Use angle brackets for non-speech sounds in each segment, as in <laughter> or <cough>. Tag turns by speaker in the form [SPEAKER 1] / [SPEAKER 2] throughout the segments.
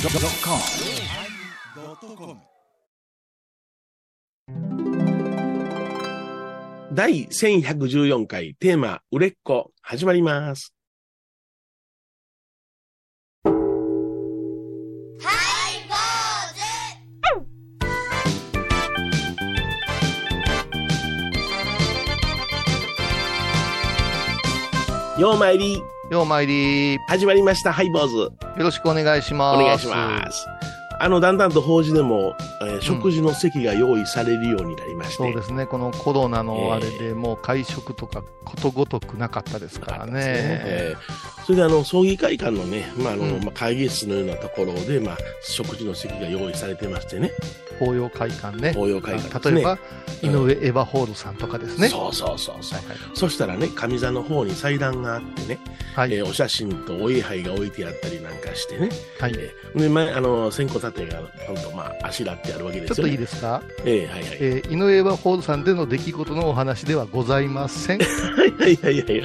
[SPEAKER 1] yosmir
[SPEAKER 2] 第1114回テーマ、売れっ子、始まります。ようまいり、
[SPEAKER 3] ようまいりー。よ
[SPEAKER 2] 始まりました、ハイボーズ。
[SPEAKER 3] ろしくお願いしま
[SPEAKER 2] お
[SPEAKER 3] す。
[SPEAKER 2] 願いします。あの、だんだんと法事でも、えー食事の席が用意されるようになりまして、
[SPEAKER 3] そうですね、このコロナ
[SPEAKER 2] ええ
[SPEAKER 3] のあれで、もう会食とかことごとくなかったですからね。
[SPEAKER 2] えーそれであの葬儀会館のね、まああの
[SPEAKER 3] うん
[SPEAKER 2] まあ、会議室のようなところで、まあ、食事の席が用意されてましてね、
[SPEAKER 3] 法要会館ね。
[SPEAKER 2] 法要会館ですね
[SPEAKER 3] 例えば、
[SPEAKER 2] うん
[SPEAKER 3] 井上エヴァホールさんとかですね。
[SPEAKER 2] そうそうそうそう。
[SPEAKER 3] はい
[SPEAKER 2] そしたらね、上座の方に祭壇があってね、
[SPEAKER 3] はい。はい。
[SPEAKER 2] えーお写真とお位牌が置いてあったりなんかしてね、
[SPEAKER 3] はい
[SPEAKER 2] えーで、前、あの、線香立てが、ほんと、まあ、あしらってあるわけで
[SPEAKER 3] ちょっ
[SPEAKER 2] す
[SPEAKER 3] と
[SPEAKER 2] よ
[SPEAKER 3] い
[SPEAKER 2] ね。
[SPEAKER 3] いですか、
[SPEAKER 2] えーはいはい。
[SPEAKER 3] えー井上エヴァホールさんでの出来事のお話ではございません。ちょ
[SPEAKER 2] はいはいはいはいはい。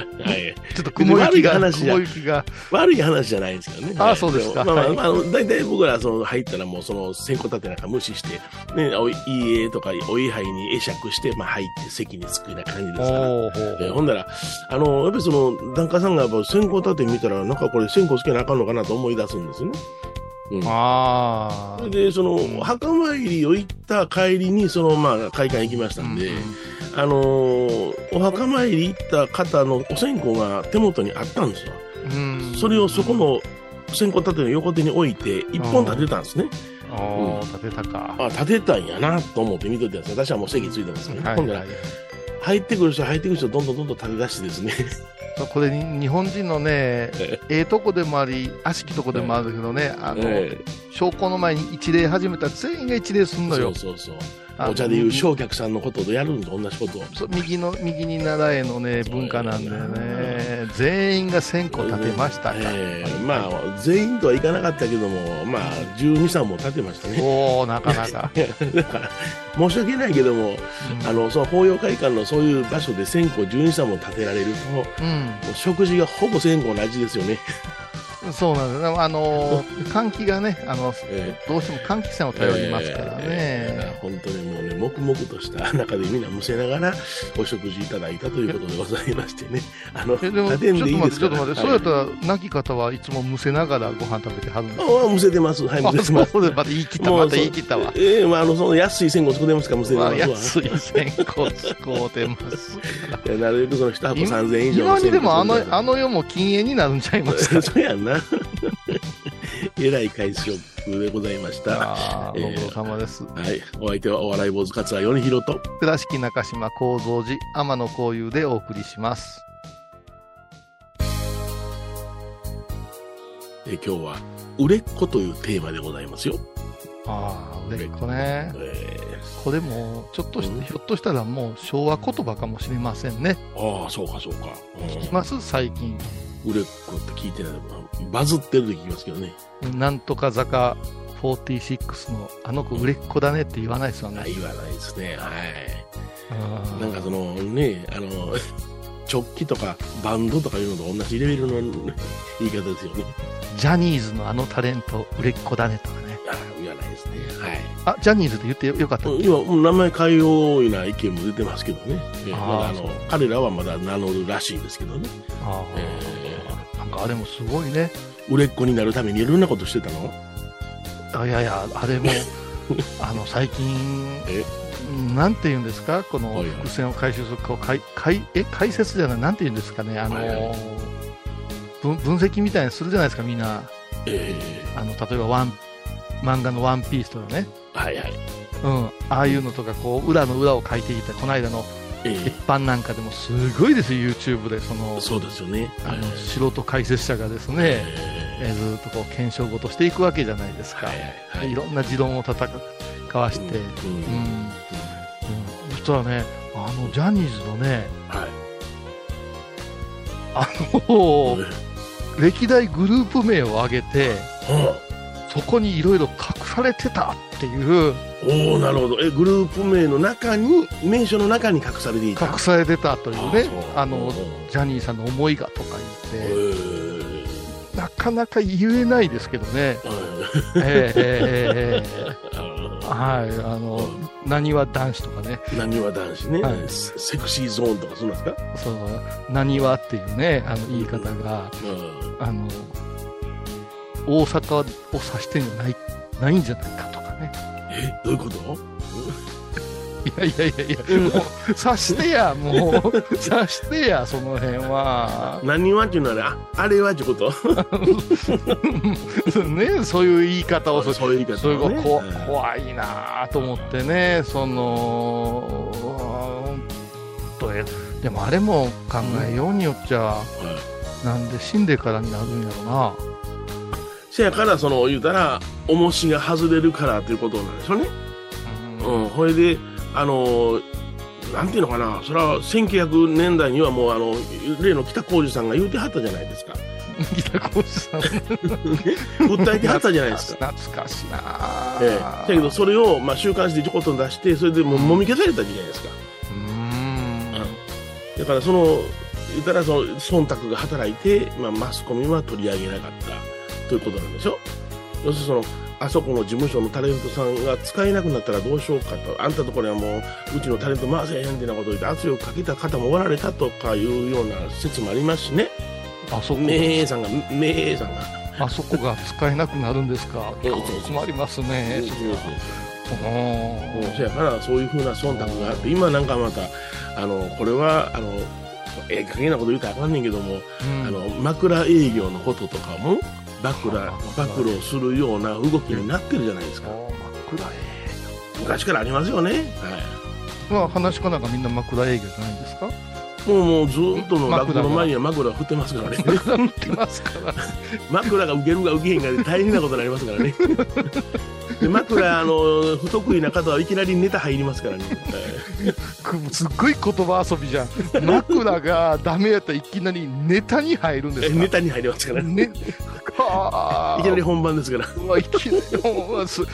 [SPEAKER 3] っと雲行きが、
[SPEAKER 2] 悪い話じゃ
[SPEAKER 3] 雲行きが、
[SPEAKER 2] 悪い話じゃないんですけどね。
[SPEAKER 3] <laughs> あーそうですか
[SPEAKER 2] まあまあ
[SPEAKER 3] はい
[SPEAKER 2] まあ、大体僕らその入ったらもうその線香立てなんか無視して、ね、おいい絵とかお位牌に会釈して、まあ入って席に着くような感じですから。
[SPEAKER 3] おーほ
[SPEAKER 2] え
[SPEAKER 3] ー
[SPEAKER 2] ーほんだら、あの、やっぱりその、檀家さんがやっぱ線香立て見たら、なんかこれ線香つけなあかんのかなと思い出すんですね。うん。
[SPEAKER 3] あ
[SPEAKER 2] そ
[SPEAKER 3] ー
[SPEAKER 2] れで、そ
[SPEAKER 3] うん
[SPEAKER 2] の、墓参りを行った帰りに、その、まあ、会館行きましたんで、
[SPEAKER 3] うんうん
[SPEAKER 2] あのーお墓参り行った方のお線香が手元にあったんですよ。
[SPEAKER 3] うん
[SPEAKER 2] それをそこの線香立ての横手に置いて、一本立てたんですね。
[SPEAKER 3] おー立てたか。
[SPEAKER 2] あ、立てたんやなと思って見といたんですよ。私はもう席ついてますからね。
[SPEAKER 3] はい
[SPEAKER 2] ほんだら、入ってくる人、入ってくる人、どんどんどんどん立て出してですね。
[SPEAKER 3] そうこれに日本人のね
[SPEAKER 2] え
[SPEAKER 3] ええとこでもあり悪しきとこでもあるけどね、あの
[SPEAKER 2] え
[SPEAKER 3] 証拠の前に一礼始めたら全員が一礼するの
[SPEAKER 2] そ
[SPEAKER 3] よ
[SPEAKER 2] うそうそう。
[SPEAKER 3] あの
[SPEAKER 2] お茶でいう正客さんのこととやるんと同じことを。
[SPEAKER 3] そう右の右に習えのね
[SPEAKER 2] そう
[SPEAKER 3] 文化なんだよね全員が線香立てましたか、
[SPEAKER 2] ええ
[SPEAKER 3] あ
[SPEAKER 2] まあ、全員とはいかなかったけども、まあ、12、3も立てましたね。
[SPEAKER 3] おおなかなか
[SPEAKER 2] だから、 <laughs> 申し訳ないけども、あの、その法要会館のそういう場所で線香12、3も立てられると、も
[SPEAKER 3] うん、
[SPEAKER 2] う食事がほぼ線香の味ですよね。
[SPEAKER 3] うん、そうなんですあの換気がねあの
[SPEAKER 2] え
[SPEAKER 3] どうしても換気扇を
[SPEAKER 2] え
[SPEAKER 3] 頼りますからね、
[SPEAKER 2] ええだから本当にもうね、黙々とした中でみんなむせながらお食事いただいたということでございましてね。あの、
[SPEAKER 3] <laughs> えでも
[SPEAKER 2] 立てんでいいです
[SPEAKER 3] ちょ
[SPEAKER 2] か
[SPEAKER 3] っと
[SPEAKER 2] ら
[SPEAKER 3] 待って、ちょっと待っ
[SPEAKER 2] はい
[SPEAKER 3] て、そうやったら、亡き方はいつもむせながらご飯食べてはるんです
[SPEAKER 2] ああ、むせてます。はい、むせて
[SPEAKER 3] そ
[SPEAKER 2] ま
[SPEAKER 3] う
[SPEAKER 2] す。
[SPEAKER 3] そうですまた言い切った、
[SPEAKER 2] もう
[SPEAKER 3] また言い切ったわ。
[SPEAKER 2] ええまあ、あの、その安い線香作れますから、むせて
[SPEAKER 3] ま
[SPEAKER 2] ま
[SPEAKER 3] あ、
[SPEAKER 2] すわ。
[SPEAKER 3] 安い線香使うてます。
[SPEAKER 2] いやなるべくその一箱
[SPEAKER 3] 今
[SPEAKER 2] 3000円以上
[SPEAKER 3] 今にでもあの
[SPEAKER 2] 線香
[SPEAKER 3] あの世も禁煙になるんちゃいます
[SPEAKER 2] 作
[SPEAKER 3] か
[SPEAKER 2] ってそうやんな。 <laughs> えらい会食でございました。
[SPEAKER 3] ああ、
[SPEAKER 2] え
[SPEAKER 3] ご
[SPEAKER 2] え
[SPEAKER 3] 苦労様です。
[SPEAKER 2] はい。お相手はお笑い坊主桂米広と。
[SPEAKER 3] 倉敷中島幸三寺天野幸雄でお送りします。
[SPEAKER 2] え今日は、売れっ子というテーマでございますよ。
[SPEAKER 3] ああ、売れっ子ね
[SPEAKER 2] え。ー
[SPEAKER 3] これも、ちょっとし
[SPEAKER 2] うん
[SPEAKER 3] ひょっとしたらもう昭和言葉かもしれませんね。
[SPEAKER 2] ああ、そうかそうか。うん
[SPEAKER 3] 聞きます最近。
[SPEAKER 2] 売れっ子って聞いてない。バズってると聞きますけどね。
[SPEAKER 3] なんとか坂46のあの子売れっ子だねって言わないですよ
[SPEAKER 2] あ
[SPEAKER 3] ね。
[SPEAKER 2] 言わないですね。はい。
[SPEAKER 3] うん
[SPEAKER 2] なんかそのね、あの、 <laughs> 直帰とかバンドとかいうのと同じレベルの言い方ですよね。
[SPEAKER 3] ジャニーズのあのタレント売れっ子だねとかね。
[SPEAKER 2] ああ、言わないですね。はい。
[SPEAKER 3] あ、ジャニーズで言ってよかった。
[SPEAKER 2] 今、名前変えようような意見も出てますけどね。ええ
[SPEAKER 3] あ
[SPEAKER 2] ま
[SPEAKER 3] ー
[SPEAKER 2] だあの、彼らはまだ名乗るらしいですけどね。
[SPEAKER 3] あー
[SPEAKER 2] え
[SPEAKER 3] なんかあれもすごいね。
[SPEAKER 2] 売れっ子になるためにいろんなことしてたの
[SPEAKER 3] あいやいや、あ
[SPEAKER 2] <laughs>
[SPEAKER 3] れも、あの、最近
[SPEAKER 2] え、
[SPEAKER 3] なんて言うんですか、この
[SPEAKER 2] はいはい
[SPEAKER 3] 伏線を回収するこうかいかいえ、解説じゃない、なんて言うんですかね、あの、
[SPEAKER 2] はいはい
[SPEAKER 3] 分分析みたいにするじゃないですか、みんな。
[SPEAKER 2] え
[SPEAKER 3] あの、例えばワン、漫画のワンピースとかね。
[SPEAKER 2] えはいはい。
[SPEAKER 3] うん、ああいうのとか、こう、裏の裏を書いていた、この間の
[SPEAKER 2] え
[SPEAKER 3] 鉄板なんかでもすごいですよ、YouTube で、そ
[SPEAKER 2] え
[SPEAKER 3] の、
[SPEAKER 2] そうですよね。
[SPEAKER 3] あの
[SPEAKER 2] はい
[SPEAKER 3] 素人解説者がですね、
[SPEAKER 2] え
[SPEAKER 3] えーずっとこう検証ごとしていくわけじゃないです
[SPEAKER 2] え
[SPEAKER 3] か、
[SPEAKER 2] はい
[SPEAKER 3] い
[SPEAKER 2] はいはい。
[SPEAKER 3] ろんな持論を戦かわして、う
[SPEAKER 2] う
[SPEAKER 3] ん
[SPEAKER 2] ん
[SPEAKER 3] うんそしたらね、あのジャニーズのね、
[SPEAKER 2] はい。
[SPEAKER 3] おー
[SPEAKER 2] え
[SPEAKER 3] 歴代グループ名を挙げて、
[SPEAKER 2] えうん
[SPEAKER 3] そこにいろいろ隠されてたっていう、
[SPEAKER 2] おおなるほどえグループ名の中に名所の中に隠されていた
[SPEAKER 3] 隠されてたというね、
[SPEAKER 2] あそう
[SPEAKER 3] あの
[SPEAKER 2] うん
[SPEAKER 3] ジャニーさんの思いがとか
[SPEAKER 2] え
[SPEAKER 3] 言って、
[SPEAKER 2] ー
[SPEAKER 3] なかなか言えないですけど
[SPEAKER 2] <laughs>
[SPEAKER 3] ね。
[SPEAKER 2] うん
[SPEAKER 3] ええええええはい、あ
[SPEAKER 2] う
[SPEAKER 3] の
[SPEAKER 2] ん、
[SPEAKER 3] なにわ男子とかね、
[SPEAKER 2] なにわ男子ね、
[SPEAKER 3] はい
[SPEAKER 2] セセクシーゾーンとかそうなんですか、
[SPEAKER 3] その、なにわっていうね、あの、言い方が、
[SPEAKER 2] うん
[SPEAKER 3] あの、大阪を指してんじゃない、ないんじゃないかとかね。 <laughs>
[SPEAKER 2] えどういうこと
[SPEAKER 3] いやいやいやいや、もう、指してや、もう、指してや、その辺は。
[SPEAKER 2] 何はっていうのはねああれはってこと
[SPEAKER 3] ね、そういう言い方をする
[SPEAKER 2] <laughs> そういう言い
[SPEAKER 3] それ
[SPEAKER 2] 方
[SPEAKER 3] が
[SPEAKER 2] をね
[SPEAKER 3] こ
[SPEAKER 2] うん
[SPEAKER 3] 怖いなぁと思ってね、その、うんとえでもあれも考えようによっちゃ、
[SPEAKER 2] はい
[SPEAKER 3] なんで死んでからになるんやろな。
[SPEAKER 2] せやからその言うたら重しが外れるからということなんでしょうね
[SPEAKER 3] うん
[SPEAKER 2] うん、これで、あのーなんていうのかな、それは1900年代にはもう、あの、例の北浩二さんが言うてはったじゃない
[SPEAKER 3] <laughs>
[SPEAKER 2] ですか。
[SPEAKER 3] <laughs> 北浩二さん、
[SPEAKER 2] 訴えてはったじゃないです
[SPEAKER 3] <laughs>
[SPEAKER 2] か。
[SPEAKER 3] 懐かしいなぁ。
[SPEAKER 2] ええ。だけど、それを、まあ、週刊誌でちょこっと出して、それでもう揉み消されたじゃないですか。
[SPEAKER 3] うん
[SPEAKER 2] だから、その、言ったら、その、忖度が働いて、まあ、マスコミは取り上げなかったということなんでしょ要するにその、あそこの事務所のタレントさんが使えなくなったらどうしようかと、あんたところはもう、うちのタレント回せへんってなことを言って圧力かけた方もおられたとかいうような説もありますしね。
[SPEAKER 3] あそこ
[SPEAKER 2] 名英さんが、名英さんが。
[SPEAKER 3] あそこが使えなくなるんですか。
[SPEAKER 2] そうそうそう
[SPEAKER 3] 困ります
[SPEAKER 2] そう
[SPEAKER 3] ね。
[SPEAKER 2] そう
[SPEAKER 3] うん
[SPEAKER 2] そうそやから、そういうふうな忖度があって、今なんかまた、あの、これは、あの、ええ加減なこと言うたらあかんねんけども、
[SPEAKER 3] うん
[SPEAKER 2] あの枕営業のこととかも暴露
[SPEAKER 3] あ
[SPEAKER 2] 暴露するような動きになってるじゃないです
[SPEAKER 3] あ
[SPEAKER 2] か
[SPEAKER 3] ー枕営
[SPEAKER 2] 昔からありますよね、
[SPEAKER 3] 業。まあ、話し家なんかみんな枕営業じゃないんですか。
[SPEAKER 2] はい、もうもうずーっとの落
[SPEAKER 3] 枕
[SPEAKER 2] 語
[SPEAKER 3] が
[SPEAKER 2] の前には枕振ってますからね <laughs>
[SPEAKER 3] 枕持ってますから。
[SPEAKER 2] 枕が受けるか受けへんかで大変なことになりますから
[SPEAKER 3] <laughs>
[SPEAKER 2] ねで枕あの不得意な方はいきなりネタ入りますからね、は
[SPEAKER 3] すっごい言葉遊びじゃん。
[SPEAKER 2] <laughs>
[SPEAKER 3] 枕がダメやったらいきなりネタに入るんで
[SPEAKER 2] い
[SPEAKER 3] <laughs> すか。
[SPEAKER 2] ネタに入りますから <laughs> ね
[SPEAKER 3] ね。はあ。
[SPEAKER 2] いきなり本番ですから
[SPEAKER 3] うわいきなりうわすす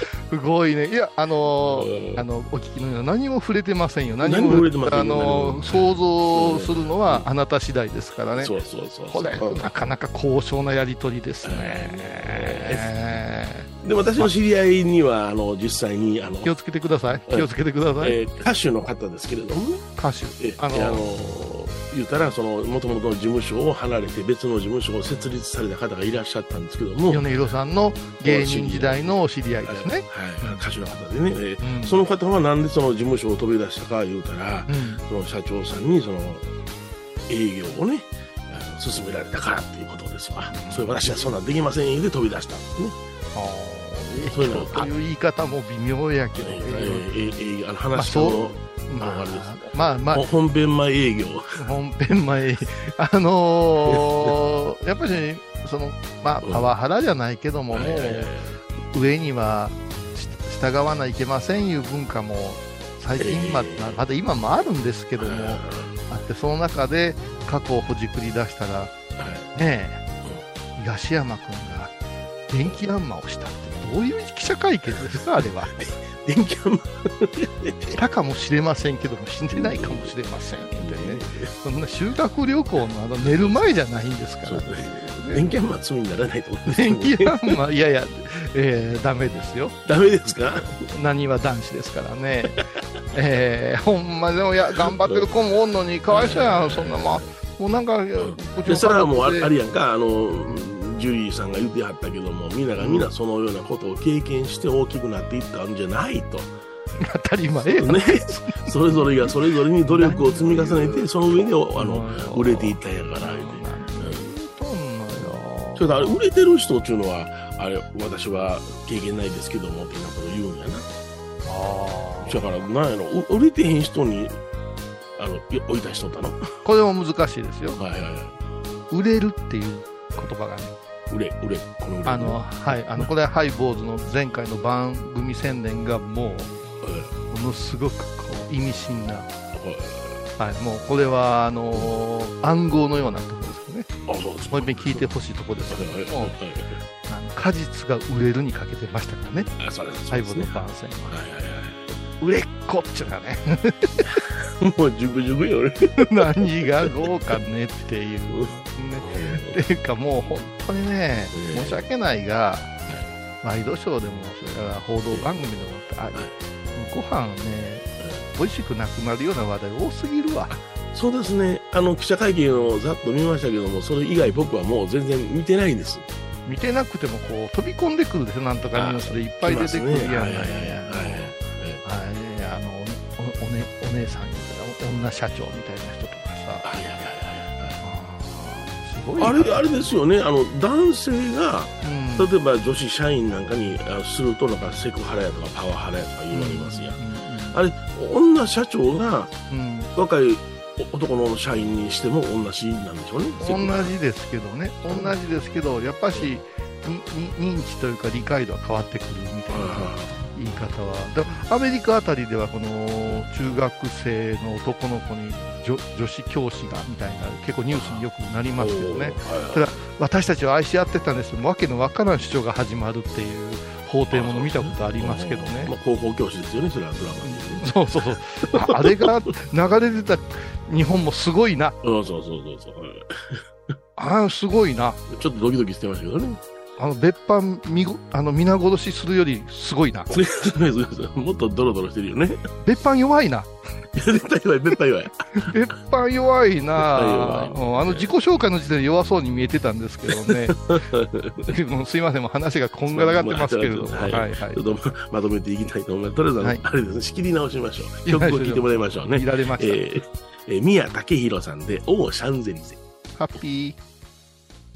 [SPEAKER 3] ごいね。いやあのー
[SPEAKER 2] うん
[SPEAKER 3] あのお聞きのような何も触れてませんよ。
[SPEAKER 2] 何も触れてませんよ
[SPEAKER 3] あのー想像するのはあなた次第ですからね。
[SPEAKER 2] そうそうそう
[SPEAKER 3] これなかなか高尚なやり取りですね。
[SPEAKER 2] で私の知り合いにはあの実際にあの、
[SPEAKER 3] 気をつけてください。気をつけてください。
[SPEAKER 2] えー歌手の方ですけれどもね
[SPEAKER 3] 歌手。
[SPEAKER 2] え
[SPEAKER 3] あ
[SPEAKER 2] あ
[SPEAKER 3] の
[SPEAKER 2] の言うたらその元々の事務所を離れて別の事務所を設立された方がいらっしゃったんですけども
[SPEAKER 3] 米広さんの芸人時代のお知り合いですね。
[SPEAKER 2] はい歌手の方でね、えー
[SPEAKER 3] うん
[SPEAKER 2] その方はなんでその事務所を飛び出したか言うたら、
[SPEAKER 3] うん
[SPEAKER 2] その社長さんにその営業をねあの勧められたからっていうことですわ、それ私はそんなんできませんで飛び出したんですね、そういうの
[SPEAKER 3] という言い方も微妙やけ
[SPEAKER 2] え
[SPEAKER 3] ど、
[SPEAKER 2] ーえーえーあの話し家の、
[SPEAKER 3] ま
[SPEAKER 2] あ
[SPEAKER 3] あ
[SPEAKER 2] れです
[SPEAKER 3] まあまあ
[SPEAKER 2] ほ本編前営業
[SPEAKER 3] 本編前 <laughs> あの
[SPEAKER 2] <laughs>
[SPEAKER 3] ーやっぱりそのまあ
[SPEAKER 2] うん
[SPEAKER 3] パワハラじゃないけども、も
[SPEAKER 2] はいはいはいう
[SPEAKER 3] 上にはし従わないけませんいう文化も最近ま,、
[SPEAKER 2] ええ
[SPEAKER 3] まだ今もあるんですけども、
[SPEAKER 2] はいは
[SPEAKER 3] あってその中で過去をほじくり出したら
[SPEAKER 2] いはい
[SPEAKER 3] ねえ、東山君が電気ランマをしたってどういう記者会見ですかあれは
[SPEAKER 2] 電気屋も
[SPEAKER 3] したかもしれませんけども死んでないかもしれませんってねそんな修学旅行のあの寝る前じゃないんですか
[SPEAKER 2] そう
[SPEAKER 3] ら
[SPEAKER 2] ですね電気屋は罪にならないと思うんですけ
[SPEAKER 3] 電
[SPEAKER 2] ど
[SPEAKER 3] 気ランマ <laughs> いやいや、えー、ダメですよ
[SPEAKER 2] ダメですか
[SPEAKER 3] なにわ男子ですからね <laughs> えー、ほんまでもいや頑張ってる子もおんのにかわいそう
[SPEAKER 2] <laughs>
[SPEAKER 3] やんそんなまあもうなんかこっち
[SPEAKER 2] で
[SPEAKER 3] の
[SPEAKER 2] それはもうあ
[SPEAKER 3] 家族で
[SPEAKER 2] あれやんかあのジュリーさんが言ってはったけどもみんながみんなそのようなことを経験して大きくなっていったんじゃないと、
[SPEAKER 3] 当たり前や
[SPEAKER 2] ね、 <laughs> それぞれがそれぞれに努力を積み重ねてその上でおあ
[SPEAKER 3] うん
[SPEAKER 2] の売れていったんやから
[SPEAKER 3] なん
[SPEAKER 2] 言うて
[SPEAKER 3] とんのよ
[SPEAKER 2] ちょっとあれ売れてる人っていうのはあれ私は経験ないですけどもってなこと言うんやな
[SPEAKER 3] あ
[SPEAKER 2] だ
[SPEAKER 3] ー
[SPEAKER 2] からなんやろう売れてへん人にあのい置いた人だの
[SPEAKER 3] これも難しいですよ
[SPEAKER 2] はいはいは
[SPEAKER 3] 売れるっていう言葉がね
[SPEAKER 2] い売れ売れこの売れ
[SPEAKER 3] あのはいあのこれはハイボーズの前回の番組宣伝がも
[SPEAKER 2] うん
[SPEAKER 3] うものすごくこう意味深な、
[SPEAKER 2] はい
[SPEAKER 3] はい、もうこれはあのー暗号のようなところですよね
[SPEAKER 2] あそうです
[SPEAKER 3] もう一遍聞いてほしいところですけどもあの果実が売れるにかけてましたからね
[SPEAKER 2] あそうです
[SPEAKER 3] ハイボーズの
[SPEAKER 2] は
[SPEAKER 3] 番宣はい売れっ子っちゅうかね <laughs>
[SPEAKER 2] はいはいもうじゅくじゅくよね
[SPEAKER 3] 何が豪華ねっていうねていうか、もう本当にね、
[SPEAKER 2] ええ
[SPEAKER 3] 申し訳ないが、ワイドショーでも、それから報道番組でもあって、あご飯ね、美味しくなくなるような話題多すぎるわ。
[SPEAKER 2] そうですねあの記者会見をざっと見ましたけどもそれ以外僕はもう全然見てないんです
[SPEAKER 3] 見てなくてもこう飛び込んでくるでしょ、なんとかニュースでいっぱい出てくる
[SPEAKER 2] 来ますね
[SPEAKER 3] や
[SPEAKER 2] は
[SPEAKER 3] ん
[SPEAKER 2] い
[SPEAKER 3] か
[SPEAKER 2] はいはい
[SPEAKER 3] ね。
[SPEAKER 2] はいはい
[SPEAKER 3] あれあのおおおね、お姉さんみたいな、女社長みたいな人とかさ、
[SPEAKER 2] はいはいはい
[SPEAKER 3] あーすごいな
[SPEAKER 2] あれあれですよねあの男性が
[SPEAKER 3] うん
[SPEAKER 2] 例えば女子社員なんかにあするとなんかセクハラやとかパワハラやとか言われますやん、あれ女社長が
[SPEAKER 3] うんうん
[SPEAKER 2] 若い男の社員にしても同じなんでしょうねセクハラ
[SPEAKER 3] 同じですけどね、同じですけど、やっぱし、にに認知というか理解度は変わってくるみたいな言い方は、だアメリカあたりでは、この中学生の男の子に女女子教師がみたいな、結構ニュースによくなりますけどね、
[SPEAKER 2] はい
[SPEAKER 3] ただ、私たちは愛し合ってたんですけど、わけのわからん主張が始まるっていう法廷もの見たことありますけどね
[SPEAKER 2] まあ、。高校教師ですよねそれはドラマで、ね
[SPEAKER 3] そうそうそうああれが流れてた日本もすごいな、
[SPEAKER 2] <laughs> そうそうそうそうそう、はい
[SPEAKER 3] ああ、すごいな、
[SPEAKER 2] ちょっとドキドキしてましたけど <laughs> ね。
[SPEAKER 3] あの別班みごあの皆殺しするよりすごいな。
[SPEAKER 2] そうそうそうもっとドロドロしてるよ <laughs> ね。いや
[SPEAKER 3] 別班弱いな。
[SPEAKER 2] 絶対弱い、絶対弱い。
[SPEAKER 3] 別班弱いな。
[SPEAKER 2] 絶対弱い
[SPEAKER 3] うんあの自己紹介の時点で弱そうに見えてたんですけどね。もうすいません、もう話がこんがらがってますけれども。は
[SPEAKER 2] はいい
[SPEAKER 3] はい。
[SPEAKER 2] ちょっとままとめていきたいと思います。とりあえずあの、
[SPEAKER 3] はい
[SPEAKER 2] あれ <laughs> ですね、仕切り直しましょう。
[SPEAKER 3] いや
[SPEAKER 2] 曲を聴いてもらいましょうね
[SPEAKER 3] い。られま
[SPEAKER 2] え
[SPEAKER 3] した。
[SPEAKER 2] ーえー、宮武弘さんで、王シャンゼリゼ。
[SPEAKER 3] ハッピー。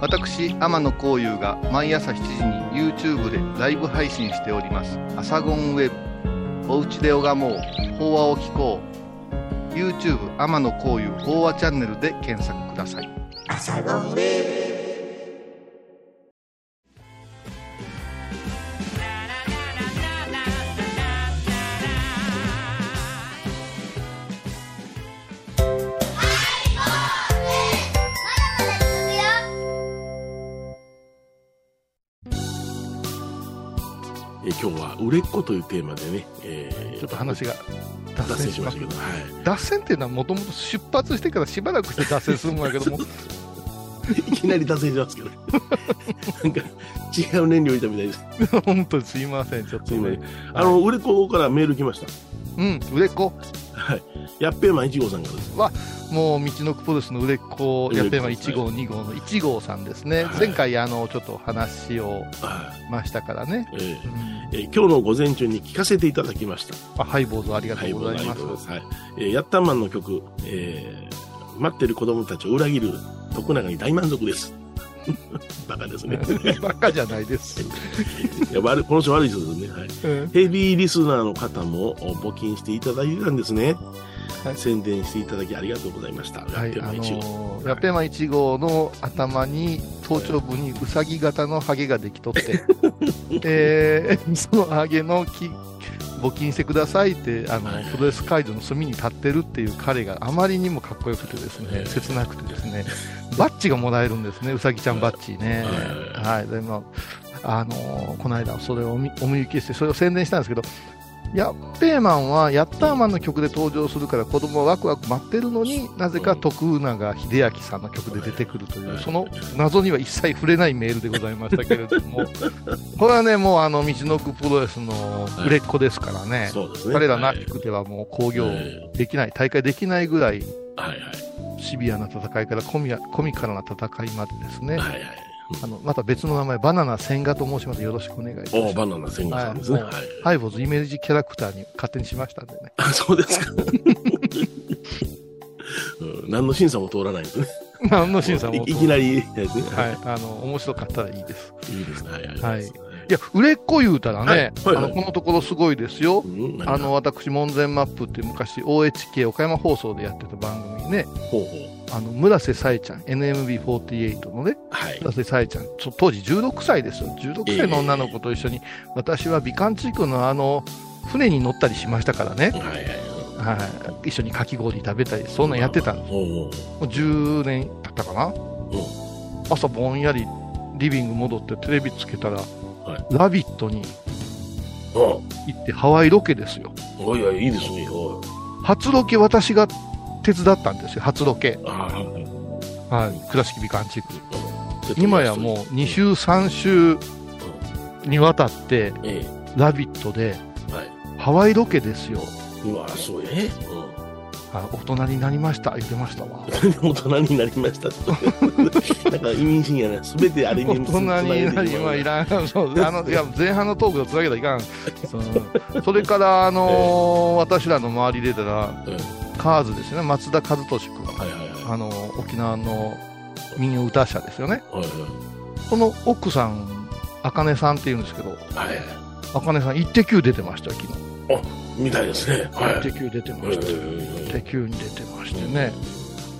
[SPEAKER 3] 私天野幸雄が毎朝7時に YouTube でライブ配信しております「アサゴンウェブ」「おうちで拝もう法話を聞こう」YouTube 天野幸雄法話チャンネルで検索ください
[SPEAKER 2] えー今日は売れっ子というテーマでね、えー
[SPEAKER 3] ちょっと話が
[SPEAKER 2] 脱
[SPEAKER 3] 脱線
[SPEAKER 2] 線
[SPEAKER 3] し
[SPEAKER 2] し
[SPEAKER 3] ま
[SPEAKER 2] ま
[SPEAKER 3] し
[SPEAKER 2] したたけ
[SPEAKER 3] けど
[SPEAKER 2] ど、はい。
[SPEAKER 3] 脱線っていうのはもともと出発してからしばらくして脱線するもんやけ
[SPEAKER 2] <laughs>
[SPEAKER 3] ども
[SPEAKER 2] いきなり脱線しますけど、ね、なんか違う燃料いたみたいです。
[SPEAKER 3] 本当にすいませんちょっと
[SPEAKER 2] すいませ
[SPEAKER 3] ね
[SPEAKER 2] んあの、売れっ子からメール来ました。
[SPEAKER 3] うん売れっ子
[SPEAKER 2] はい。やっぺーまん1号さんからです。
[SPEAKER 3] もう道のくプロレスの売れっ子やっぱり今1号2号の1号さんですね、
[SPEAKER 2] はい
[SPEAKER 3] 前回あのちょっと話を
[SPEAKER 2] はい。
[SPEAKER 3] ましたからね、
[SPEAKER 2] えー
[SPEAKER 3] うん
[SPEAKER 2] えー今日の午前中に聞かせていただきました。
[SPEAKER 3] あハイボーズありが
[SPEAKER 2] は
[SPEAKER 3] と
[SPEAKER 2] い、
[SPEAKER 3] うござい
[SPEAKER 2] あ
[SPEAKER 3] ま
[SPEAKER 2] り
[SPEAKER 3] す。
[SPEAKER 2] がとうございますはいえーヤッタンマンの曲、えー待ってる子供たちを裏切る徳永に大満足です。 <laughs> バカ
[SPEAKER 3] <laughs>
[SPEAKER 2] ですね。
[SPEAKER 3] バカじゃないです。
[SPEAKER 2] いや悪いこの人悪い人ですね、はい。ヘビーリスナーの方もお募金していただいたんですね。
[SPEAKER 3] はい
[SPEAKER 2] 宣伝していただきありがとうございました。
[SPEAKER 3] は
[SPEAKER 2] やっ
[SPEAKER 3] い、
[SPEAKER 2] て
[SPEAKER 3] あ
[SPEAKER 2] まいちご
[SPEAKER 3] のー、ラペマ1号の頭に、頭頂部にウサギ型のハゲができ
[SPEAKER 2] <laughs>
[SPEAKER 3] とって、えーそのハゲの木、募金してくださいって、あの
[SPEAKER 2] はい、
[SPEAKER 3] プロレス会場の隅に立ってるっていう彼があまりにもかっこよくてです
[SPEAKER 2] は
[SPEAKER 3] ね、
[SPEAKER 2] い
[SPEAKER 3] 切なくてですね、バッジがもらえるんですね、ウサギちゃんバッジね。
[SPEAKER 2] は
[SPEAKER 3] はい、でも、あのーこの間それをお見お見受けしてそれを宣伝したんですけどヤッペーマンはヤッターマンの曲で登場するから子供はワクワク待ってるのになぜか徳永英明さんの曲で出てくるというその謎には一切触れないメールでございましたけれど
[SPEAKER 2] <laughs>
[SPEAKER 3] もこれはねもうあの道のくプロレスの売れっ子ですからね、
[SPEAKER 2] そうですね。
[SPEAKER 3] 彼らな
[SPEAKER 2] はい
[SPEAKER 3] くてはもう興行できない大会できないぐらい
[SPEAKER 2] はいはい。
[SPEAKER 3] シビアな戦いからコミアコミカルな戦いまでですね、
[SPEAKER 2] はいはい。
[SPEAKER 3] あのまた別の名前、バナナ千賀と申します。よろしくお願いいたし
[SPEAKER 2] お
[SPEAKER 3] ま
[SPEAKER 2] バナナ千賀さんですね。
[SPEAKER 3] は
[SPEAKER 2] はいい。
[SPEAKER 3] す。ハイボーズイメージキャラクターに勝手にしましたんでね。
[SPEAKER 2] あ、 <laughs> そうですか。うん、何の審査も通らないんですね。
[SPEAKER 3] 何の審査も。
[SPEAKER 2] いいきなりですね。
[SPEAKER 3] はい。あの、面白かったらいいです。
[SPEAKER 2] い。いいですね。はい。
[SPEAKER 3] はい
[SPEAKER 2] ありがとうございます
[SPEAKER 3] いや、売れっ子言うたらね、
[SPEAKER 2] はいはいはい
[SPEAKER 3] あのこのところすごいですよ
[SPEAKER 2] う。ん、
[SPEAKER 3] あの、私、門前マップっていう昔、OHK 岡山放送でやってた番組ね、
[SPEAKER 2] ほうほう
[SPEAKER 3] あの、村瀬沙絵ちゃん、NMB48 のね、
[SPEAKER 2] はい
[SPEAKER 3] 村瀬沙絵ちゃん、そ当時16歳ですよ。16歳の女の子と一緒に、私は美観地区のあの、船に乗ったりしましたからね、
[SPEAKER 2] はいはい
[SPEAKER 3] はい、一緒にかき氷食べたり、そんなんやってたんです。
[SPEAKER 2] ほうほう
[SPEAKER 3] もう10年経ったかな。朝ぼんやりリビング戻ってテレビつけたら、
[SPEAKER 2] い
[SPEAKER 3] ラビット
[SPEAKER 2] うん
[SPEAKER 3] に行ってハワイロケですよ。
[SPEAKER 2] うんおいおいいいですねおい
[SPEAKER 3] 初ロケ私が手伝ったんですよ、初ロケ。
[SPEAKER 2] あーはい
[SPEAKER 3] はい。倉敷美観地区。
[SPEAKER 2] はい
[SPEAKER 3] 今やもう2週、3週にわたって、
[SPEAKER 2] え
[SPEAKER 3] ラビットで、
[SPEAKER 2] えはい
[SPEAKER 3] ハワイロケですよ。
[SPEAKER 2] うわそうやね、うん
[SPEAKER 3] あ大人になりました。言ってましたわ。 <laughs>
[SPEAKER 2] 大人になりましたと。なんか意味深やな。すべてあれ
[SPEAKER 3] 大人
[SPEAKER 2] に
[SPEAKER 3] になり、今い
[SPEAKER 2] ん。
[SPEAKER 3] らん。そうあの、いや、前半のトークとつなげたらいかん。そのそれから、あのー私らの周りでたら、
[SPEAKER 2] うん
[SPEAKER 3] カーズですね、松田和俊君。
[SPEAKER 2] はいはいはい。
[SPEAKER 3] あの沖縄の民謡歌者ですよね、
[SPEAKER 2] はい
[SPEAKER 3] この奥さん、あかねさんっていうんですけど、
[SPEAKER 2] はいはい。
[SPEAKER 3] あかねさん、イッテ Q 出てましたよ、昨日
[SPEAKER 2] みたいですね。はい。
[SPEAKER 3] イッテ Q 出てました、イッテ Q に出てましてね、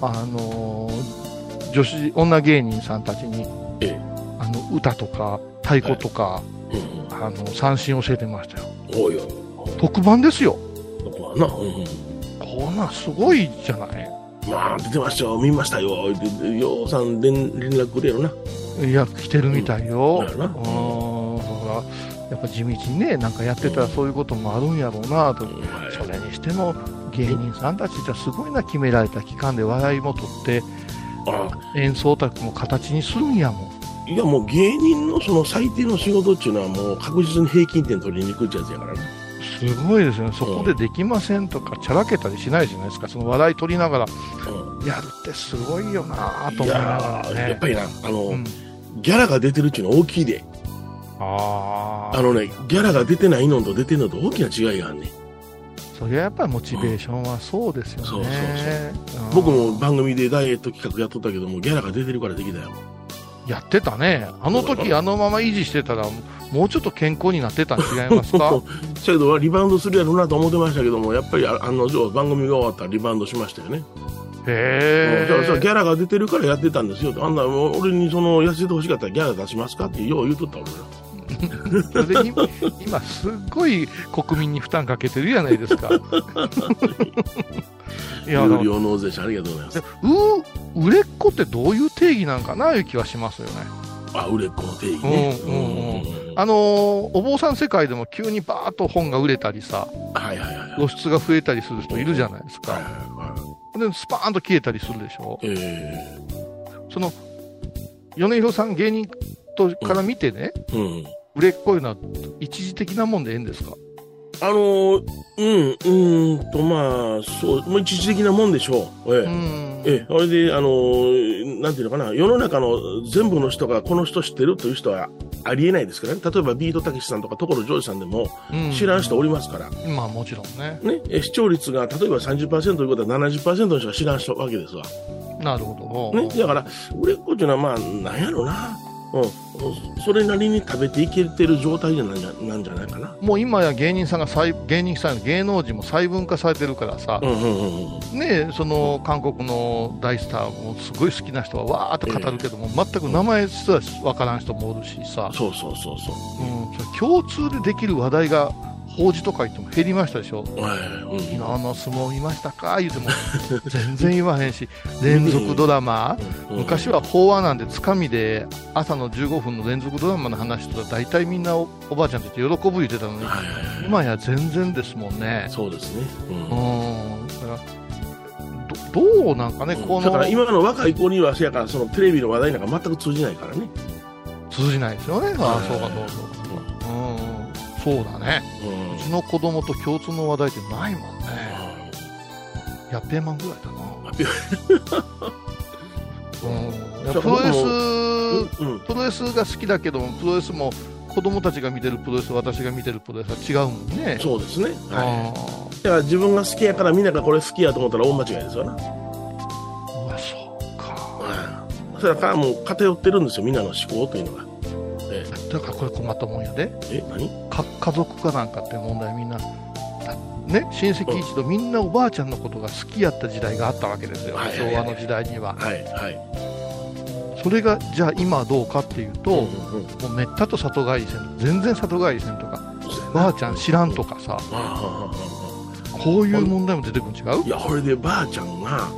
[SPEAKER 3] あのー女子、女芸人さんたちに
[SPEAKER 2] ええ、
[SPEAKER 3] あの歌とか太鼓とか、
[SPEAKER 2] うんうん
[SPEAKER 3] あの三振教えてましたよ、
[SPEAKER 2] おいおい。
[SPEAKER 3] 特番ですよ、
[SPEAKER 2] こはな。うんうん
[SPEAKER 3] こんなんすごいじゃない。
[SPEAKER 2] まあ出てましたよ。見ましたよ。でようさん連連絡くれよな。
[SPEAKER 3] いや、来てるみたいよ。
[SPEAKER 2] うんなるほ
[SPEAKER 3] うん、だから、やっぱ地道にね、なんかやってたらそういうこともあるんやろうなと。
[SPEAKER 2] はい
[SPEAKER 3] それにしても、芸人さんたちってすごいな、決められた期間で笑いも取って、
[SPEAKER 2] あ
[SPEAKER 3] 演奏卓も形にするんやもん。
[SPEAKER 2] いやもう芸人のその最低の仕事っていうのはもう確実に平均点取りにくいってやつやからね。
[SPEAKER 3] すごいですよね。そこでできませんとか、ちゃらけたりしないじゃないですか。その笑い取りながら、
[SPEAKER 2] う
[SPEAKER 3] やるってすごいよなと
[SPEAKER 2] ん、い
[SPEAKER 3] 思いな
[SPEAKER 2] や
[SPEAKER 3] がら
[SPEAKER 2] ーやっ
[SPEAKER 3] ね。
[SPEAKER 2] ぱりなあの、
[SPEAKER 3] うん、
[SPEAKER 2] ギャラが出てるっていうのは大きいで。
[SPEAKER 3] あ
[SPEAKER 2] あ
[SPEAKER 3] あ、
[SPEAKER 2] のね、ギャラが出てないのと出てるのと大きな違いがあるねん。
[SPEAKER 3] それはやっぱりモチベーションはそうですよね。
[SPEAKER 2] そうそう
[SPEAKER 3] うん
[SPEAKER 2] 僕も番組でダイエット企画やっとったけども、ギャラが出てるからできたよ。
[SPEAKER 3] やってたね、あの時あのまま維持してたら、もうちょっと健康になってたん違います
[SPEAKER 2] <laughs>
[SPEAKER 3] か
[SPEAKER 2] せやけど、リバウンドするやろうなと思ってましたけども、やっぱりあ案の定、番組が終わったらリバウンドしましたよね。うん
[SPEAKER 3] へ
[SPEAKER 2] だからさギ
[SPEAKER 3] え。
[SPEAKER 2] ャラが出てるからやってたんですよと。あんな、もう俺にその、痩せてほしかったらギャラ出しますかってよう言うとった俺ら。
[SPEAKER 3] それで今、今すっごい国民に負担かけてるじゃないですか。いや、
[SPEAKER 2] <laughs> 有
[SPEAKER 3] う
[SPEAKER 2] 料納税者ありがとうございます。
[SPEAKER 3] 売れっ子ってどういう定義なんかないう気はしますよね。
[SPEAKER 2] あ、売れっ子の定義ね。
[SPEAKER 3] うんうんうん
[SPEAKER 2] うん
[SPEAKER 3] あのーお坊さん世界でも急にバーッと本が売れたりさ、
[SPEAKER 2] はいはいはいはい。
[SPEAKER 3] 露出が増えたりする人いるじゃないです
[SPEAKER 2] はいはい
[SPEAKER 3] か。
[SPEAKER 2] は
[SPEAKER 3] で、スパーンと消えたりするでしょ。
[SPEAKER 2] い。え
[SPEAKER 3] その、米広さん芸人とから見てね、
[SPEAKER 2] えうん。
[SPEAKER 3] 売れっ子いうのは一時的なもんでええんですか
[SPEAKER 2] あのー、うん、うーんと、まあ、そう、まあ、一時的なもんでしょう。ええ
[SPEAKER 3] ん
[SPEAKER 2] ええ、それで、あのーなんていうのかな、世の中の全部の人がこの人知ってるという人はありえないですからね。例えばビートたけしさんとか所ジョージさんでも知らん人おりますから、
[SPEAKER 3] まあもちろんね。
[SPEAKER 2] ね、え視聴率が例えば30%ということは70%の人が知らん人わけですわ。
[SPEAKER 3] なるほど。
[SPEAKER 2] ね、だから、売れっ子っていうのはまあ、なんやろな。うん、それなりに食べていけてる状態なんじゃなんじゃないかな。
[SPEAKER 3] もう今や芸人さんが細芸人さん芸能人も細分化されてるからさ
[SPEAKER 2] う、んうんうんうん。
[SPEAKER 3] ねえその韓国の大スターもすごい好きな人はわーっと語るけども、全く名前すらわからん人もおるしさ、
[SPEAKER 2] そうそうそうそう
[SPEAKER 3] うん、それ共通でできる話題が法事とか言っても減りましたでしょ。
[SPEAKER 2] う。はい、うん
[SPEAKER 3] 昨日の相撲見ましたか言う
[SPEAKER 2] <laughs>
[SPEAKER 3] ても全然言わへんし連続ドラマ、
[SPEAKER 2] うん
[SPEAKER 3] 昔は法話なんでつかみで朝の15分の連続ドラマの話とか大体みんなおおばあちゃんと言って喜ぶ言ってたのに
[SPEAKER 2] はいはいはい
[SPEAKER 3] 今や全然ですもんね
[SPEAKER 2] そうですね。うん
[SPEAKER 3] うんだからどどうなんかねこ
[SPEAKER 2] だから
[SPEAKER 3] の
[SPEAKER 2] 今の若い子にはせやからそのテレビの話題なんか全く通じないからね、
[SPEAKER 3] 通じないですよねああそうか
[SPEAKER 2] うん
[SPEAKER 3] そうかうんそうだねうちの子供と共通の話題ってないもんねやっぺーまんぐらいだなうんいやプロレス
[SPEAKER 2] うん、うん、
[SPEAKER 3] プロレスが好きだけどもプロレスも子供たちが見てるプロレス私が見てるプロレスは違うもんね
[SPEAKER 2] そうですね、は
[SPEAKER 3] あ
[SPEAKER 2] い、だから自分が好きやからみんながこれ好きやと思ったら大間違いですよな、
[SPEAKER 3] ーうわそうか
[SPEAKER 2] うん、それからもう偏ってるんですよみんなの思考というのが、え
[SPEAKER 3] だからこれ困ったもんやで
[SPEAKER 2] え何
[SPEAKER 3] か家族かなんかって問題みんなだね親戚一同みんなおばあちゃんのことが好きやった時代があったわけですよ、
[SPEAKER 2] はいはいはい
[SPEAKER 3] 昭和の時代には、
[SPEAKER 2] はいはい
[SPEAKER 3] それがじゃあ今どうかっていうと、も
[SPEAKER 2] んうん
[SPEAKER 3] うめったと里帰りせん全然里帰りせんとかばあちゃん知らんとかさ
[SPEAKER 2] あああああ
[SPEAKER 3] こういう問題も出てくるん違う
[SPEAKER 2] あいやこれでばあちゃんがあ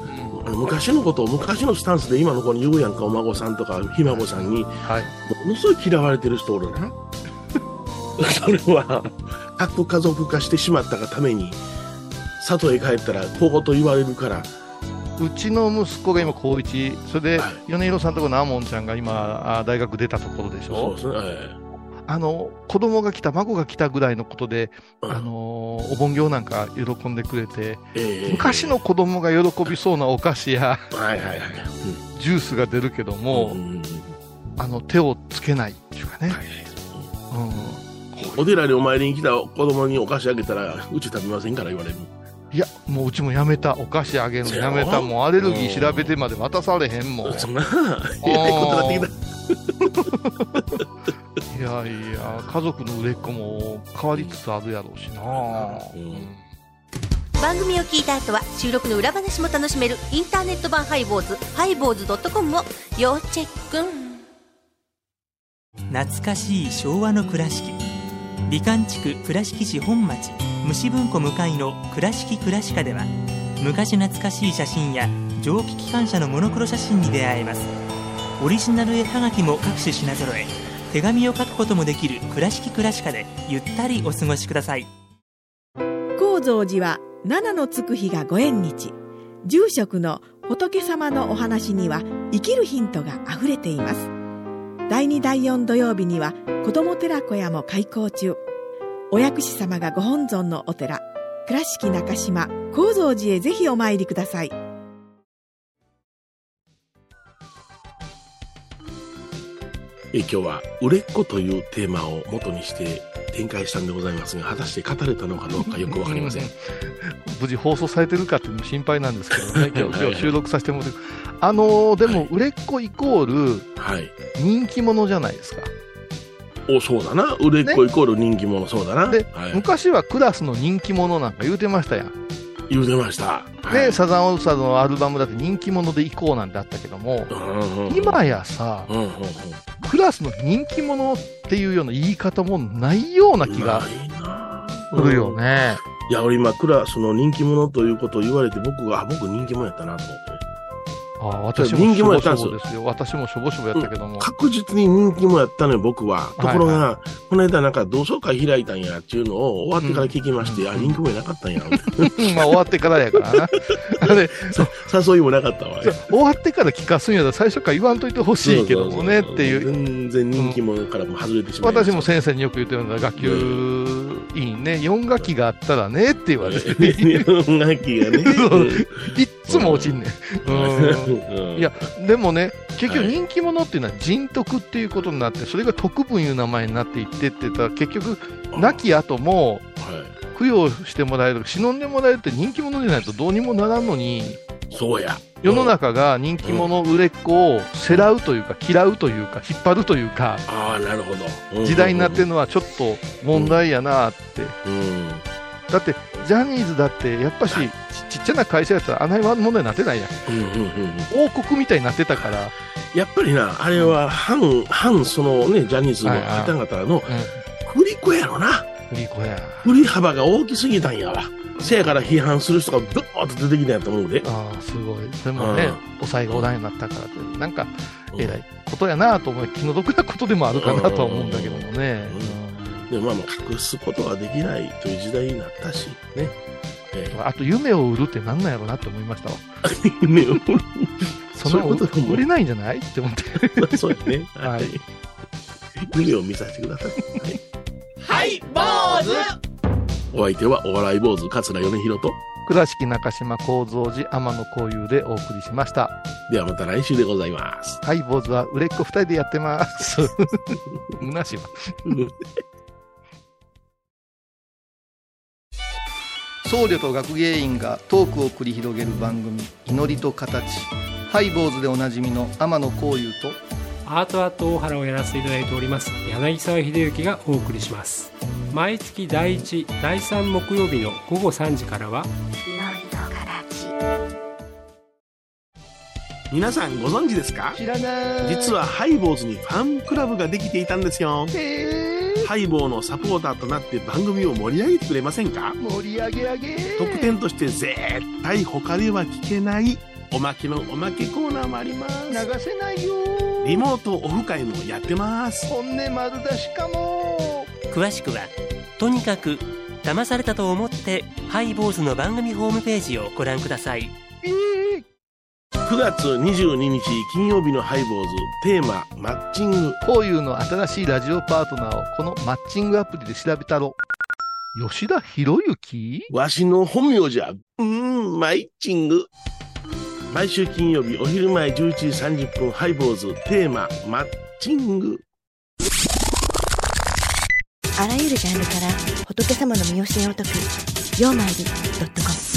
[SPEAKER 2] の昔のことを昔のスタンスで今の子に言うやんかお孫さんとかひ孫さんにも
[SPEAKER 3] はい、
[SPEAKER 2] のすごい嫌われてる人おるね <laughs> それは核家族化してしまったがために里へ帰ったらこうこと言われるから
[SPEAKER 3] うちの息子が今高一それで
[SPEAKER 2] はい
[SPEAKER 3] 米広さんとこのあもんちゃんが今あ大学出たところでし
[SPEAKER 2] そう
[SPEAKER 3] ょ
[SPEAKER 2] ですね、え
[SPEAKER 3] あの子供が来た孫が来たぐらいのことで、
[SPEAKER 2] え
[SPEAKER 3] あのお盆行なんか喜んでくれて、
[SPEAKER 2] ええ
[SPEAKER 3] 昔の子供が喜びそうなお菓子や
[SPEAKER 2] はいはいはい
[SPEAKER 3] ジュースが出るけども、
[SPEAKER 2] んんん
[SPEAKER 3] あの手をつけないっていうかね、
[SPEAKER 2] はい
[SPEAKER 3] うん、
[SPEAKER 2] お寺にお参りに来た子供にお菓子あげたらうち食べませんから言われる
[SPEAKER 3] いやもううちもやめたお菓子あげるのやめ
[SPEAKER 2] そ
[SPEAKER 3] た
[SPEAKER 2] う
[SPEAKER 3] もうアレルギー調べてまで渡されへんもん
[SPEAKER 2] そんなえらいことなってきた
[SPEAKER 3] <laughs> いやいや家族の売れっ子も変わりつつあるやろうしな、
[SPEAKER 2] うん
[SPEAKER 4] 番組を聞いた後は収録の裏話も楽しめるインターネット版ハイボーズハイボーズドットコムを要チェック
[SPEAKER 5] 懐かしい昭和の倉敷美観地区倉敷市本町虫文庫向かいの「倉敷倉敷科」では昔懐かしい写真や蒸気機関車のモノクロ写真に出会えますオリジナル絵はがきも各種品揃え手紙を書くこともできる「倉敷倉敷科」でゆったりお過ごしください
[SPEAKER 6] 高蔵寺は七のつく日がご縁日住職の仏様のお話には生きるヒントがあふれています第2第4土曜日には子ども寺小屋も開校中お薬師様がご本尊のお寺倉敷中島・高蔵寺へぜひお参りください
[SPEAKER 2] え今日は「売れっ子」というテーマを元にして展開したんでございますが果たして語れたのかどうかよくわかりません
[SPEAKER 3] 無事放送されてるかっていうのも心配なんですけ
[SPEAKER 2] <laughs>
[SPEAKER 3] どね今日
[SPEAKER 2] はい
[SPEAKER 3] 今日収録させてもらってあのーでも
[SPEAKER 2] はい
[SPEAKER 3] 売れっ子イコール
[SPEAKER 2] はい
[SPEAKER 3] 人気者じゃないですか
[SPEAKER 2] おそうだな売れっ子イコール人気者そうだな、
[SPEAKER 3] で
[SPEAKER 2] はい、
[SPEAKER 3] 昔はクラスの人気者なんか言うてましたやん
[SPEAKER 2] 言うてました、はい
[SPEAKER 3] でサザンオールスターズのアルバムだって人気者でいこうなんてあったけども
[SPEAKER 2] うんうんうん
[SPEAKER 3] 今やさ
[SPEAKER 2] うんうんうん
[SPEAKER 3] クラスの人気者っていうような言い方もないような気が
[SPEAKER 2] ないな
[SPEAKER 3] するよね
[SPEAKER 2] いや俺今クラスの人気者ということを言われて僕があ僕人気者やったなと思って
[SPEAKER 3] ああ私も
[SPEAKER 2] 人気
[SPEAKER 3] し
[SPEAKER 2] 者や
[SPEAKER 3] ょぼ
[SPEAKER 2] ったんで
[SPEAKER 3] し
[SPEAKER 2] す
[SPEAKER 3] ょ
[SPEAKER 2] よ
[SPEAKER 3] ぼですよ私もしょぼしょぼやったけども
[SPEAKER 2] 確実に人気もやったのよ、僕は。と
[SPEAKER 3] はい
[SPEAKER 2] ころが、この間なんか同窓会開いたんやっていうのを終わってから聞きまして、
[SPEAKER 3] うん
[SPEAKER 2] あ、人気もいなかったんや。
[SPEAKER 3] まあ終わってからやからなあれ
[SPEAKER 2] 誘いもなかったわ。
[SPEAKER 3] 終わってから聞かすんやったら最初から言わんといてほしいけどもねっていう
[SPEAKER 2] 全然人気者からも外れてしまいまし
[SPEAKER 3] 私
[SPEAKER 2] た
[SPEAKER 3] も先生によく言ってるのは学級委員ね4学期があったらねって言われてい
[SPEAKER 2] 日本楽器がね。
[SPEAKER 3] っつも落ちんねん
[SPEAKER 2] うん
[SPEAKER 3] いや、でもね結局
[SPEAKER 2] はい
[SPEAKER 3] 人気者っていうのは人徳っていうことになってそれが徳文いう名前になっていってって言ったら結局亡き後も
[SPEAKER 2] は
[SPEAKER 3] 供養してもらえる忍んでもらえるって人気者じゃないとどうにもならんのに
[SPEAKER 2] いそうや。
[SPEAKER 3] 世の中が人気者売れっ子をせらうというか嫌うというか引っ張るというか
[SPEAKER 2] ああ、なるほど。
[SPEAKER 3] 時代になってる
[SPEAKER 2] の。
[SPEAKER 3] のはちょっと問題やなって、
[SPEAKER 2] うん。
[SPEAKER 3] だってジャニーズだってやっぱしちちっちゃな会社やったらあない問題になってないや
[SPEAKER 2] う
[SPEAKER 3] ん
[SPEAKER 2] んうんうんうん
[SPEAKER 3] 王国みたいになってたから、
[SPEAKER 2] やっぱりな、あれは反、反そのね、ジャニーズの方々の振り子やろな。
[SPEAKER 3] いい子や
[SPEAKER 2] 振り幅が大きすぎたんやわせやから批判する人がドーッと出てきたんやと思うで
[SPEAKER 3] ああすごいでもね、
[SPEAKER 2] うん
[SPEAKER 3] 抑えがおらんようになったからってなんか
[SPEAKER 2] うん
[SPEAKER 3] えらいことやなと思い気の毒なことでもあるかなとは思うんだけどもね、
[SPEAKER 2] うん
[SPEAKER 3] うん
[SPEAKER 2] でまあまあ隠すことはできないという時代になったしねえ
[SPEAKER 3] あと夢を売るってなんなんやろなって思いましたわ
[SPEAKER 2] え <laughs> 夢を
[SPEAKER 3] そんな
[SPEAKER 2] そういうことかも
[SPEAKER 3] 売れないんじゃないって思っ
[SPEAKER 2] <laughs>
[SPEAKER 3] て
[SPEAKER 2] そうやね
[SPEAKER 3] はい
[SPEAKER 2] 夢を見させてくださいはい坊主お相手はお笑い坊主桂米宏と
[SPEAKER 3] 倉敷中島幸三寺天野幸雄でお送りしました
[SPEAKER 2] ではまた来週でございます
[SPEAKER 3] はい、坊主は売れっ子二人でやってます。むなしは。
[SPEAKER 7] 僧侶と学芸員がトークを繰り広げる番組「祈りと形」ハイボーズでおなじみの天野幸雄と
[SPEAKER 8] アートアート大原をやらせていただいております柳沢秀幸がお送りします毎月第1第3木曜日の午後3時からは
[SPEAKER 2] 皆さんご存知ですか
[SPEAKER 3] 知らない
[SPEAKER 2] 実はハイボーズにファンクラブができていたんですよハイボーのサポーターとなって番組を盛り上げてくれませんか
[SPEAKER 3] 盛り上げ上げ
[SPEAKER 2] 特典として絶対他では聞けないおまけのおまけコーナーもあります
[SPEAKER 3] 流せないよ
[SPEAKER 2] リモートオフ会もやってます
[SPEAKER 3] 本音丸出しかも
[SPEAKER 5] 詳しくはとにかく騙されたと思ってハイボーズの番組ホームページをご覧ください
[SPEAKER 2] 9月22日金曜日のハイボーズテーママッチング
[SPEAKER 3] こういうの新しいラジオパートナーをこのマッチングアプリで調べたろ吉田博之
[SPEAKER 2] わしの本名じゃうーんマイチング毎週金曜日お昼前11時30分ハイボーズテーママッチング
[SPEAKER 9] あらゆるジャンルから仏様の身教えを解く「曜マイルドットコム」